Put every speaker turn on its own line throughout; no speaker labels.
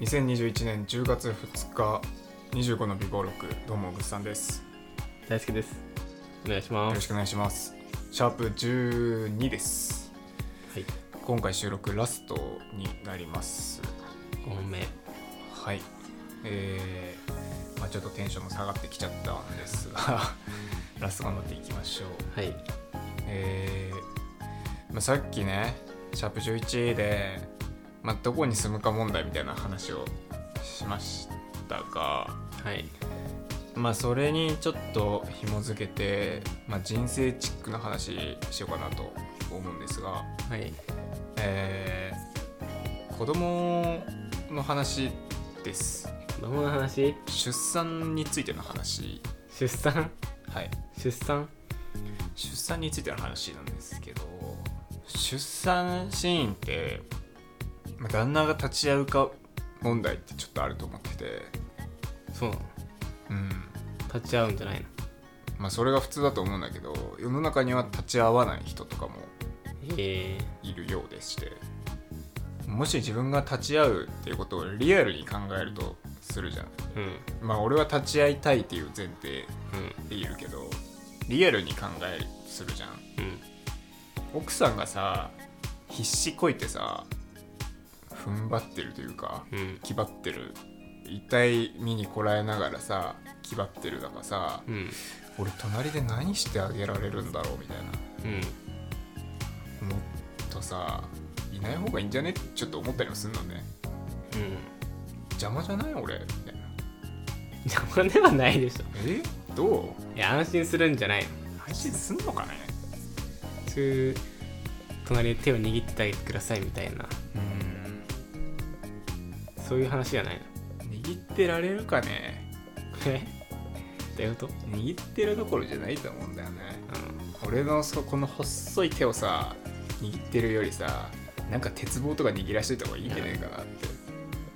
2021年10月2日25の美貌録どうもぐっさんです
大好きですお願いし
よ
ま
ろ
す
しくお願いしますシャープ12です
はい
今回収録ラストになります
おめ
はいえー、まあちょっとテンションも下がってきちゃったんです がラスト頑張っていきましょう
はい
えーまあ、さっきねシャープ11で、まあ、どこに住むか問題みたいな話をしましたが、
はい
まあ、それにちょっと紐づけて、まあ、人生チックな話しようかなと思うんですが、
はい
えー子供の話です
子供の話
出産についての話
出産
はい
出産
出産についての話なんですけど出産シーンってまあ旦那が立ち会うか問題ってちょっとあると思ってて
そうなの
うん
立ち会うんじゃないの
まあそれが普通だと思うんだけど世の中には立ち会わない人とかも
ええ
いるようでしてもし自分が立ち会うっていうことをリアルに考えるとするじゃん
うん
まあ俺は立ち会いたいっていう前提でいるけどリアルに考えるするじゃん
うん
奥さんがさ必死こいてさ踏ん張ってるというか
うんうん
気張ってる痛い身にこらえながらさ気張ってるだからさ
うん
俺隣で何してあげられるんだろうみたいな
うん
もっとさいない方がいいんじゃねってちょっと思ったりもするのね
うん
邪魔じゃない俺みたいな
邪魔ではないでし
えど
ょいや安心するんじゃないの
う配信すんのかね
普通隣で手を握っててあげてくださいみたいな
うん
そういう話じゃないの
握ってられるかね
えどういうこと
握ってるどころじゃないと思うんだよね俺のそこの細い手をさ握ってるよりさなんか鉄棒とか握らしといた方がいいんじゃないかなって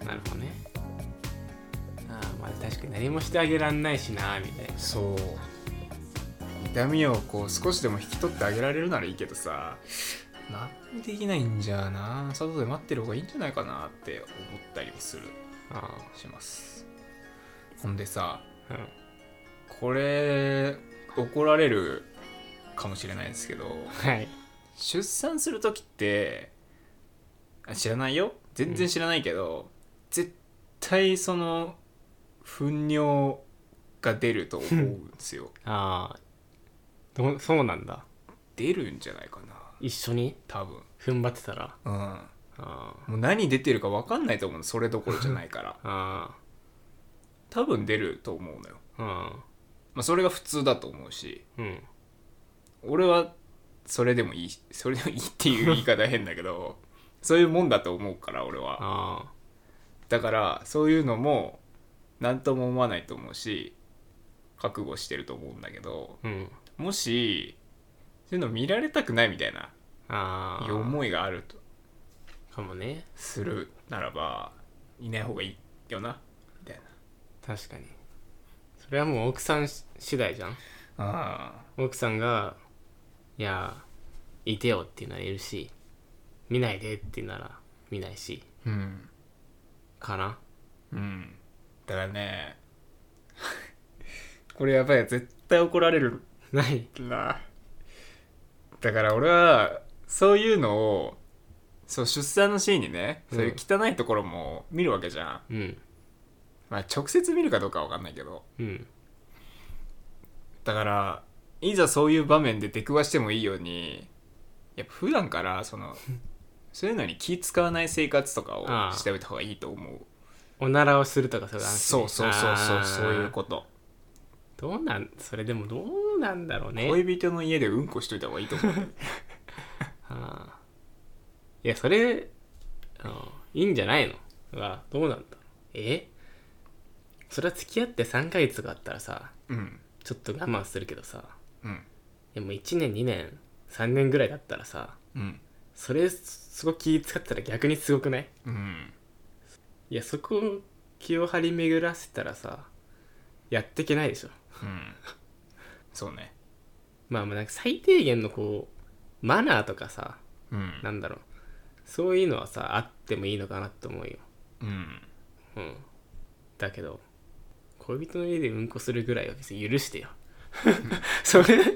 うんなるほどねああまあ確かに何もしてあげらんないしなみたいな
そう痛みをこう少しでも引き取ってあげられるならいいけどさ何もできないんじゃな外で待ってる方がいいんじゃないかなって思ったりもする
あ
しますほんでさ
あうん
これ怒られるかもしれないですけど
はい
出産する時ってあ知らないよ全然知らないけど、絶対その糞尿が出ると思うんですよ
ああどうそうなんだ
出るんじゃないかな
一緒に
多分
踏ん張ってたら
うん
あー
もう何出てるか分かんないと思うのそれどころじゃないから
あ
多分出ると思うのよ
ー
まあそれが普通だと思うし
うんうん
俺はそれでもいいしそれでもいいっていう言い方変だけど そういうもんだと思うから俺は
あ
だからそういうのも何とも思わないと思うし覚悟してると思うんだけど
あうん
もしそういうの見られたくないみたいな
ああ
いう思いがあると
かもね
するならばいない方がいいよなみたい
確かにそれはもう奥さんし次第じゃん
なあ
奥さんが「いやいてよ」っていうならいるし「見ないで」っていうなら見ないし
ーうん
かな
うんだからね これやばい絶対怒られる
ない
なだから俺はそういうのをそう出産のシーンにねそういう汚いところも見るわけじゃん、
うん
まあ、直接見るかどうかは分かんないけど
うん
だからいざそういう場面で出くわしてもいいようにやっぱ普段からそ のそういうのに気使わない生活とかを
ああ
しておいた方がいいと思う
おならをするとかそういう話
そうそうそうそ
あ
う
ー
そういうこと
どうなんそれでもどうなんだろうね
恋人の家でうんこしといた方がいいと思う
あーいやそれあーいいんじゃないのがどうなんだえそれは付き合って3ヶ月とかあったらさ
うん
ちょっと我慢するけどさ
うん
でも1年2年3年ぐらいだったらさ
うん
それすごい気使ったら逆にすごくない
うん
いやそこを気を張り巡らせたらさやってけないでしょ
うんそうね
まあまあなんか最低限のこうマナーとかさ
うん
なんだろうそういうのはさあってもいいのかなって思うよ
うん
うんだけど恋人の家でうんこするぐらいは別に許してよ それ
だ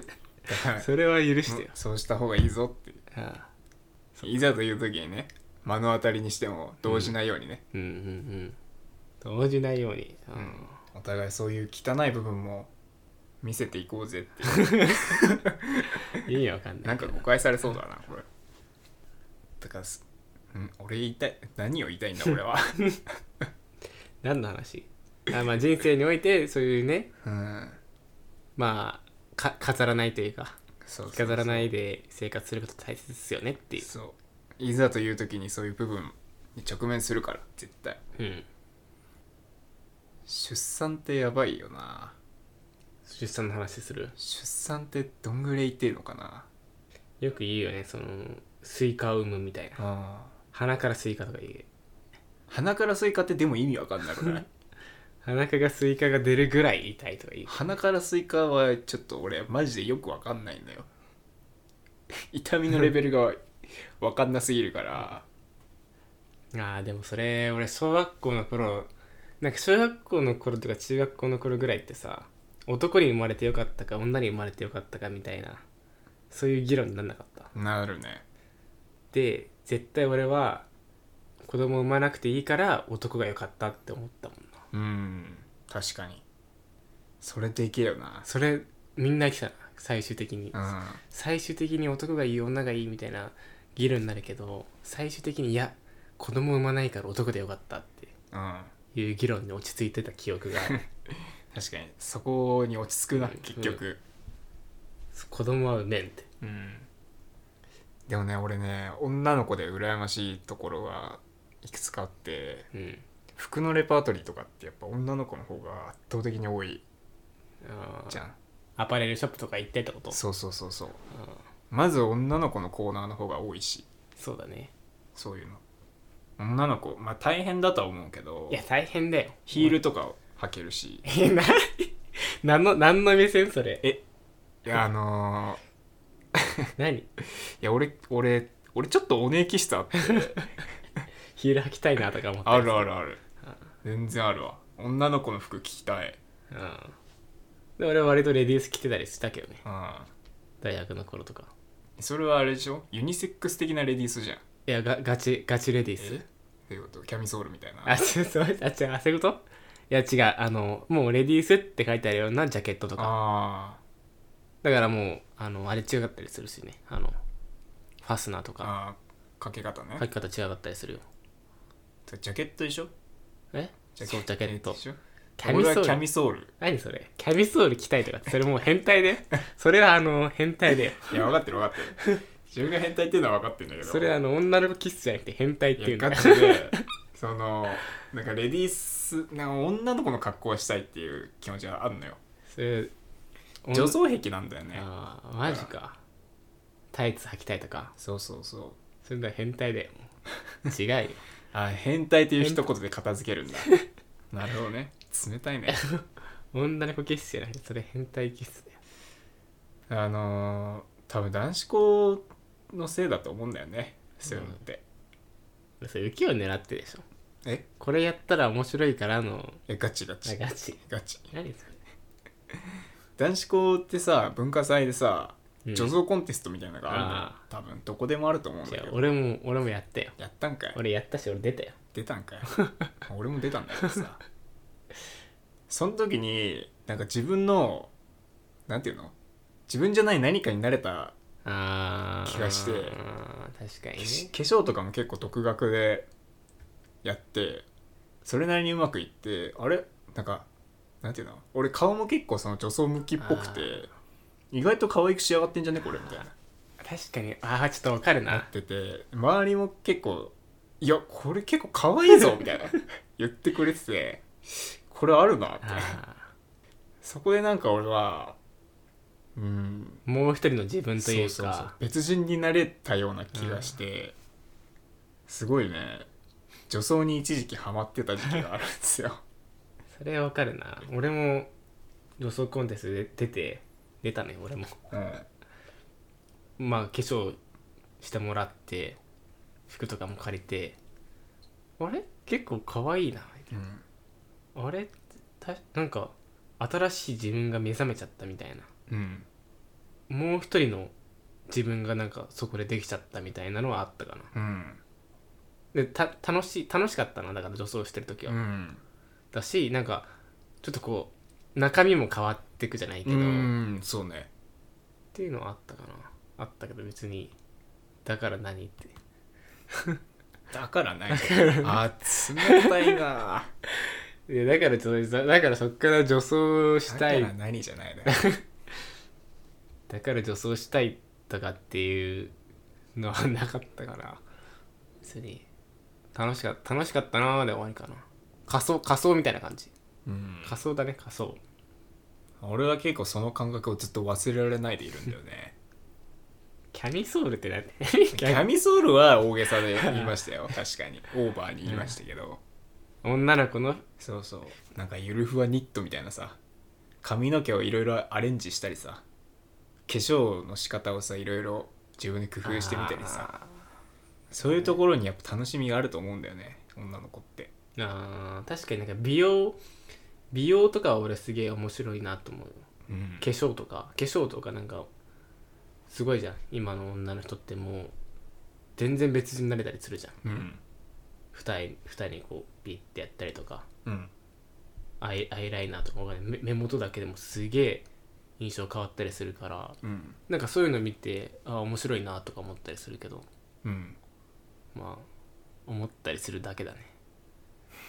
から
それは許してよ
うん、そうした方がいいぞって
ああ
いざという時にね目の当たりにしても動じないようにね、
うんうんうん動じないように、うん
お互いそういう汚い部分も見せていこうぜっていう
意味わかんな
ないんか誤解されそうだなこれだからす、うん、俺言いたい何を言いたいんだ俺 は
何の話あまあ人生においてそういうね
うん
まあか飾らないというか
そうそうそう
飾らないで生活すること大切ですよねっていう
そういざという時にそういう部分に直面するから絶対
うん
出産ってやばいよな
出産の話する
出産ってどんぐらいいってるのかな
よく言うよねそのスイカを産むみたいな
あ
鼻からスイカとか言う
鼻からスイカってでも意味わかんな くない
鼻からスイカが出るぐらい痛いとか言う
鼻からスイカはちょっと俺マジでよくわかんないんだよ 痛みのレベルがわかんなすぎるから
あーでもそれ俺小学校の頃なんか小学校の頃とか中学校の頃ぐらいってさ男に生まれてよかったか女に生まれてよかったかみたいなそういう議論にならなかった
なるね
で絶対俺は子供産まなくていいから男がよかったって思ったもんな
うん確かにそれできるよな
それみんな来たな最終的に、
うん
最終的に男がいい女がいいみたいな議論になるけど最終的にいや子供産まないから男でよかったって
うん
いう議論に落ち着いてた記憶がある
確かにそこに落ち着くな
うん
結局
子供は産めんって
うん、でもね俺ね女の子で羨ましいところがいくつかあって
うん
服のレパートリーとかってやっぱ女の子の方が圧倒的に多い
あー
じゃん
アパレルショップとか行ってってこと
そうそうそうそう
うん
まず女の子のコーナーの方が多いし
そうだね
そういうの女の子まあ大変だとは思うけど
いや大変だよ
ヒールとかを履けるし
えな何の何の目線それ
えいやあのー、
何
いや俺俺俺ちょっとお姉気質あって
ヒール履きたいなとか思って
あるあるある全然あるわ女の子の服着たい
うんで俺は割とレディース着てたりしたけどね
うん
大学の頃とか
それはあれでしょユニセックス的なレディースじゃん
いやがガチガチレディース
ということキャミソールみたいな
あそうそうあ違うあそういうこといや違うあのもうレディースって書いてあるようなジャケットとか
あ
だからもうあのあれ違かったりするしねあのファスナーと
ー
か
あーかけ方ね
書き方違かったりするよ
ジャケットでしょ
えそうジャケット
でしょ
キャミソー
俺
ル
はキャミソール
何それキャミソール着たいとかってそれもう変態で それはあの変態だよ
いや分かってる分かってる自分が変態っていうのは分かってるんだけど
それはあの女の子キスじゃなくて変態って
い
い
や
うの
ガチでそのなんかレディースなんか女の子の格好をしたいっていう気持ちがあるのよ
それ
女装癖なんだよね
ああマジかタイツ履きたいとか
そうそうそう
それだ変態だよもう違うよ
あ変態という一言で片付けるんだ なるほどね冷たいね
女の子キスじゃなくてそれ変態キスだよ
あのー、多分男子校のせいだと思うんだよねそういうのって、
それ浮世を狙ってでしょ
え
これやったら面白いからの
えガチガチ
ガチ
ガチ
何それ
男子校ってさ文化祭でさ、
うん
女装コンテストみたいなのがあるのよ
あ
多分どこでもあると思うんだ
違
け
う
ど
俺も俺もやったよ
やったんかい
俺やったし俺出たよ
出たん かよ俺も出たんだけどさその時になんか自分のなんていうの自分じゃない何かになれた
ああ
気がして
確かに
化
ね
粧化粧とかも結構独学でやってそれなりにうまくいってあれなんかなんていうの俺顔も結構その女装向きっぽくて
あ
意外と可愛く仕上がってんじゃねこれみたいな
確かにああちょっとわかる
な
な
ってて周りも結構「いやこれ結構可愛いぞ」みたいな 言ってくれててこれあるなって
あ
そこでなんか俺はうん
ーもう一人の自分というか
そうそうそう別人になれたような気がして、すごいね女装に一時期ハマってた時期があるんです よ
それはわかるな俺も女装コンテストで出て出たね俺も
うん
まあ化粧してもらって服とかも借りてあれ結構可愛いなみ
うん
あれたなんか新しい自分が目覚めちゃったみたいな
うん
もう一人の自分がなんかそこでできちゃったみたいなのはあったか
う
な
ん
でた楽しい楽しかったなだから女装してる時は、
うん
だしなんかちょっとこう中身も変わってくじゃないけ
う
ど、っ
んそうね
ていうのはあったかなあったけど別にだから何って
だからないあ冷たいな
いやだからちょっとだだからそっから女 装し
だ
た
か
い
ら何じゃないね
だから女装したいとかっていうのはなかったから別に楽しかった楽しかったなーで終わりかな仮装仮装みたいな感じ
うん
仮装だね仮装
俺は結構その感覚をずっと忘れられないでいるんだよね
キャミソールって何
キ ャミソールは大げさで言いましたよ確かにオーバーに言いましたけど、
女の子の
そうそうなんかゆるふわニットみたいなさ髪の毛をいろいろアレンジしたりさ化粧の仕方をさいろいろ自分で工夫してみたりさ
あ
そういうところにやっぱ楽しみがあると思うんだよね女の子って
ーあー確かになんか美容美容とかは俺すげえ面白いなと思うよ
うん
化粧とか化粧とかなんかすごいじゃん今の女の人ってもう全然別人になれたりするじゃん
うん
二重二重にこうピッてやったりとか
うん
アイアイライナーとかわかんない目目元だけでもすげえ印象変わったりするから
うん
なんかそういうの見てあ面白いなとか思ったりするけど
うん
まあ思ったりするだけだね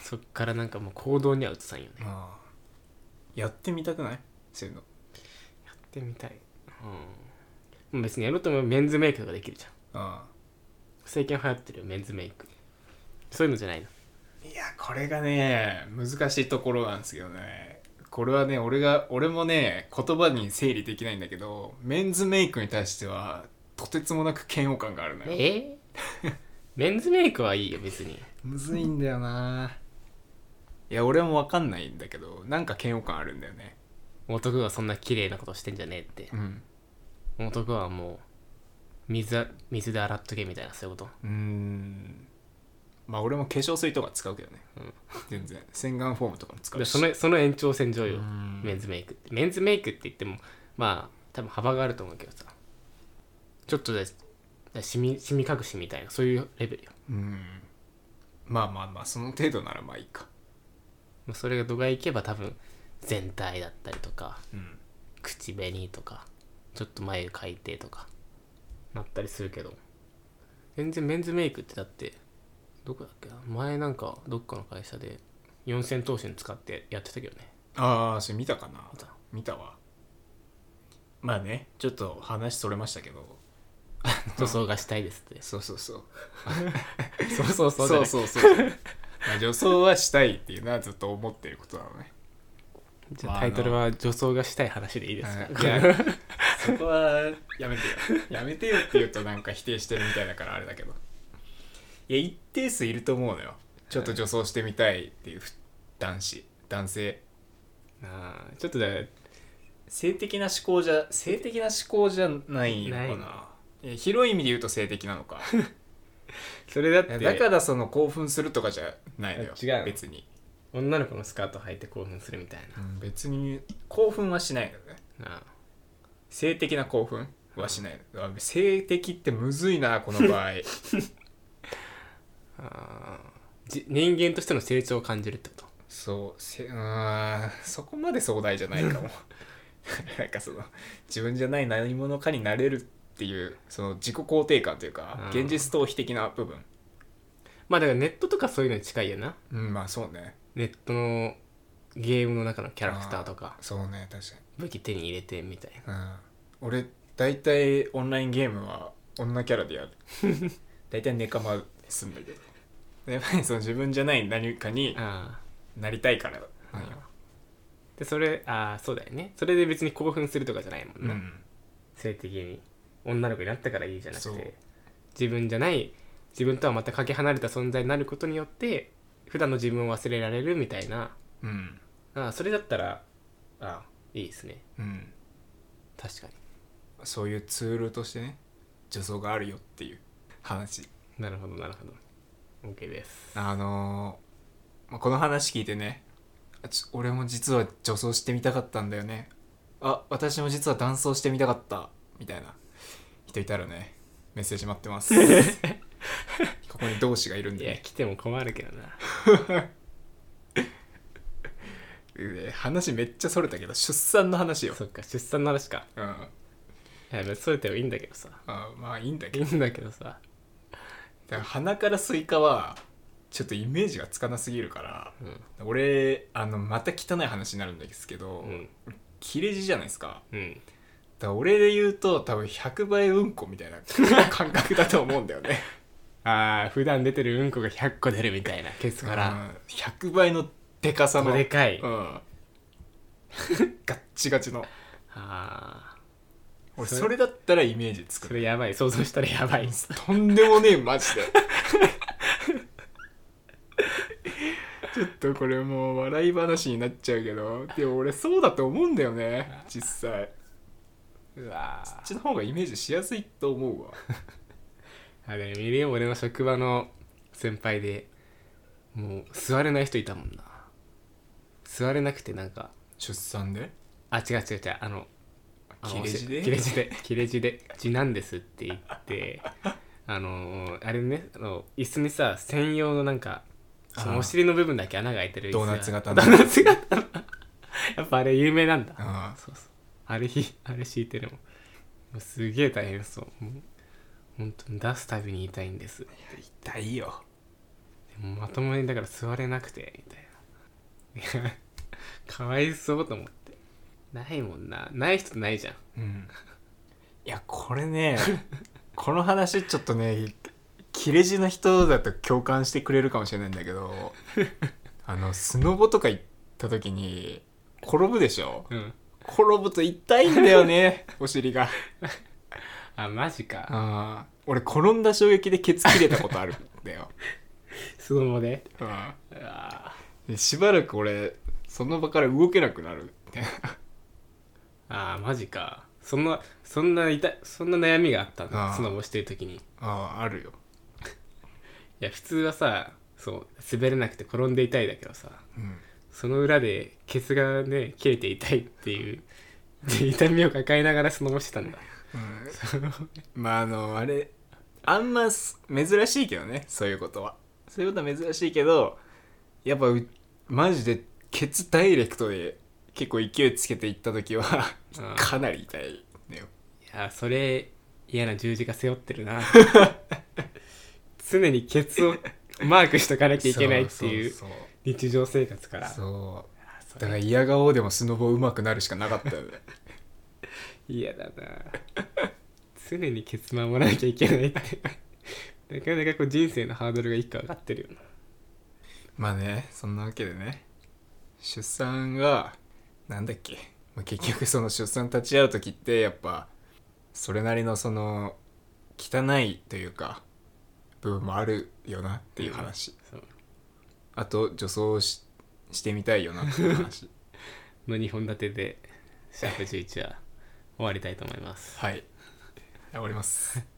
そっからなんかもう行動には移さんよね
ああやってみたくないそういうの
やってみたいうん別にやろうと思えばメンズメイクとかできるじゃん
あ
最近流行ってるよメンズメイクそういうのじゃないの
あいやこれがね難しいところなんですけどねこれはね俺が俺もね言葉に整理できないんだけどメンズメイクに対してはとてつもなく嫌悪感があるのよ
え ーメンズメイクはいいよ別に
むずいんだよないや俺もわかんないんだけどなんか嫌悪感あるんだよね
男がそんな綺麗なことしてんじゃねえって
うん
男はもう水水で洗っとけみたいなそういうこと
うーんまあ俺も化粧水とか使うけどね、
うん
全然洗顔フォームとかも使う
で
し
そのその延長線上
う
よ
ん
メンズメイクってメンズメイクって言ってもまあ多分幅があると思うけどさちょっとだだシミシミ隠しみたいなそういうレベルよ、
うんまあまあまあその程度ならまあいいか
まあ、それが度がいけば多分全体だったりとか
うん
口紅とかちょっと眉描いてとかなったりするけど全然メンズメイクってだってどこだっけな前なんかどっかの会社で四千頭身使ってやってたけど ね
ああそれ見たかな
また
見たわまあねちょっと話それましたけど
塗装がしたいですって
そうそうそう
そうそ
そ
うそ
そう
ううじゃない
そうまあ女装はしたいっていうのはずっと思ってることなのね
じゃあタイトルは「女装がしたい話」で いいです
はい
か
いやそこはやめてよやめてよって言うとなんか否定してるみたいだからあれだけどいや一定数いると思うのよちょっと女装してみたいっていう男子男性
あーちょっとだから
性的な思考じゃ性的な思考じゃないの
な
か
い
なえ広い意味で言うと性的なの か
それだって
だからその興奮するとかじゃないのよ
違うの
別に、
女の子のスカート履いて興奮するみたい
うん別に興奮はしないのね
なあ
性的な興奮はしないの、あ性的ってむずいなこの 場合
ーあーじ人間としての成長を感じるってこと
そうせうーんそこまで壮大じゃないかも なんかその自分じゃない何者かになれるっていうその自己肯定感というか
うん
現実逃避的な部分
まあだからネットとかそういうのに近いよな
うんまあそうね
ネットのゲームの中のキャラクターとか
そうね確
武器手に入れてみたいな
かに、うん、俺大体オンラインゲームは女キャラでや る大体ネカマすんだけどやっぱりその自分じゃない何かに
あ
なりたいから
あ
なんよ
でそれああそうだよねそれで別に興奮するとかじゃないもん
う
な、
ん
性的に女の子になったからいいじゃなく
そう
て自分じゃない自分とはまたかけ離れた存在になることによって普段の自分を忘れられるみたいな
うん
ああそれだったらああいいですね
うん
確かに
そういうツールとしてね女装があるよっていう話
なるほどなるほど OK です
あのまあ、この話聞いてねあちょ俺も実は女装してみたかったんだよねあ私も実は男装してみたかったみたいな人いたらねメッセージ待ってます ここに同志がいるん
い
で
や
ね
来ても困るけどな
えー話めっちゃそれたけど出産の話よ、
そっか出産の話か
うん、あ
いや別にそれてもいいんだけどさ
まあいいんだけ
い
ど
いんだけどさ
だから鼻からスイカはちょっとイメージがつかなすぎるから
うん
俺あのまた汚い話になるんですけど、
うん
切れ字じゃないですか
うん
だから俺で言うと多分100倍うんこみたい な感覚だと思うんだよね
ああ普段出てるうんこが100個出るみたいなケツ
だか、
から
う
ら
ん100倍のでかさ
こ
の
れでかい
うん ガッチガチの
ああ
俺
それ
それだったらイメージつ
そ
く
れやばい想像したらやばい
とんでもねえマジ でちょっとこれもう笑い話になっちゃうけどでも俺そうだと思うんだよね実際
うわ
あっちの方がイメージしやすいと思 うわ
あれ見るよ俺の職場の先輩でもう座れない人いたもんな座れなくてなんか
出産で
あ違う違う違うあのあ
切
の
れ字で
切れ字で切れ字で「字なんです」って言ってあのあれねあの椅子にさ専用のなんかそのお尻の部分だけ穴が開いてる椅
ド
子
ーナツ型
ド
の
ーナツ型のやっぱあれ有名なんだ
うん
そうそうあれひ あれ敷いてるもんもうすげえ大変そうもう本当に出すたびに痛いんです
痛いよ
でもまともにだから座れなくてみたいないや かわいそうと思ってないもんなない人ないじゃん
うんいやこれね この話ちょっとね切れ字の人だと共感してくれるかもしれないんだけ どあのスノボとか行った時に転ぶでしょ
うん
転ぶと痛いんだよね お尻が
あマジか
あー俺転んだ衝撃でケツ切れたことあるんだ よ、
スノボで
うん
うわ
でしばらく俺その場から動けなくなる
あーマジかそんなそんな痛いそんな悩みがあったん
あ
だ
ー
スノボしてる時にい
あああるよ
や普通はさそう滑れなくて転んで痛いだけどさ
うん
その裏でケツがね切れて痛いっていうで痛みを抱えながらスノボしてたんだ
うん
その
まああのあれあんます珍しいけどねそういうことはそういうことは珍しいけどやっぱうマジでケツダイレクトで結構勢いつけていった時は
うん
かなり痛いのよ
いやそれ嫌な十字架背負って るな常にケツをマークしとかなきゃいけないっていう
そう
日常生活から
そうそ
あそうれ
だから嫌顔でもスノボ上手くなるしかなかったよね
嫌だな常にケツ守らなきゃいけないってなかなかこう人生のハードルが一個上がってるよな
まあねそんなわけでね出産がなんだっけ、まあ、結局その出産立ち会う時ってやっぱそれなりのその汚いというか部分もあるよなっていう話、
そう
あと女装ししてみたいよなっていう 話
の2本立てでシャープ11は終わりたいと思います
はい終わります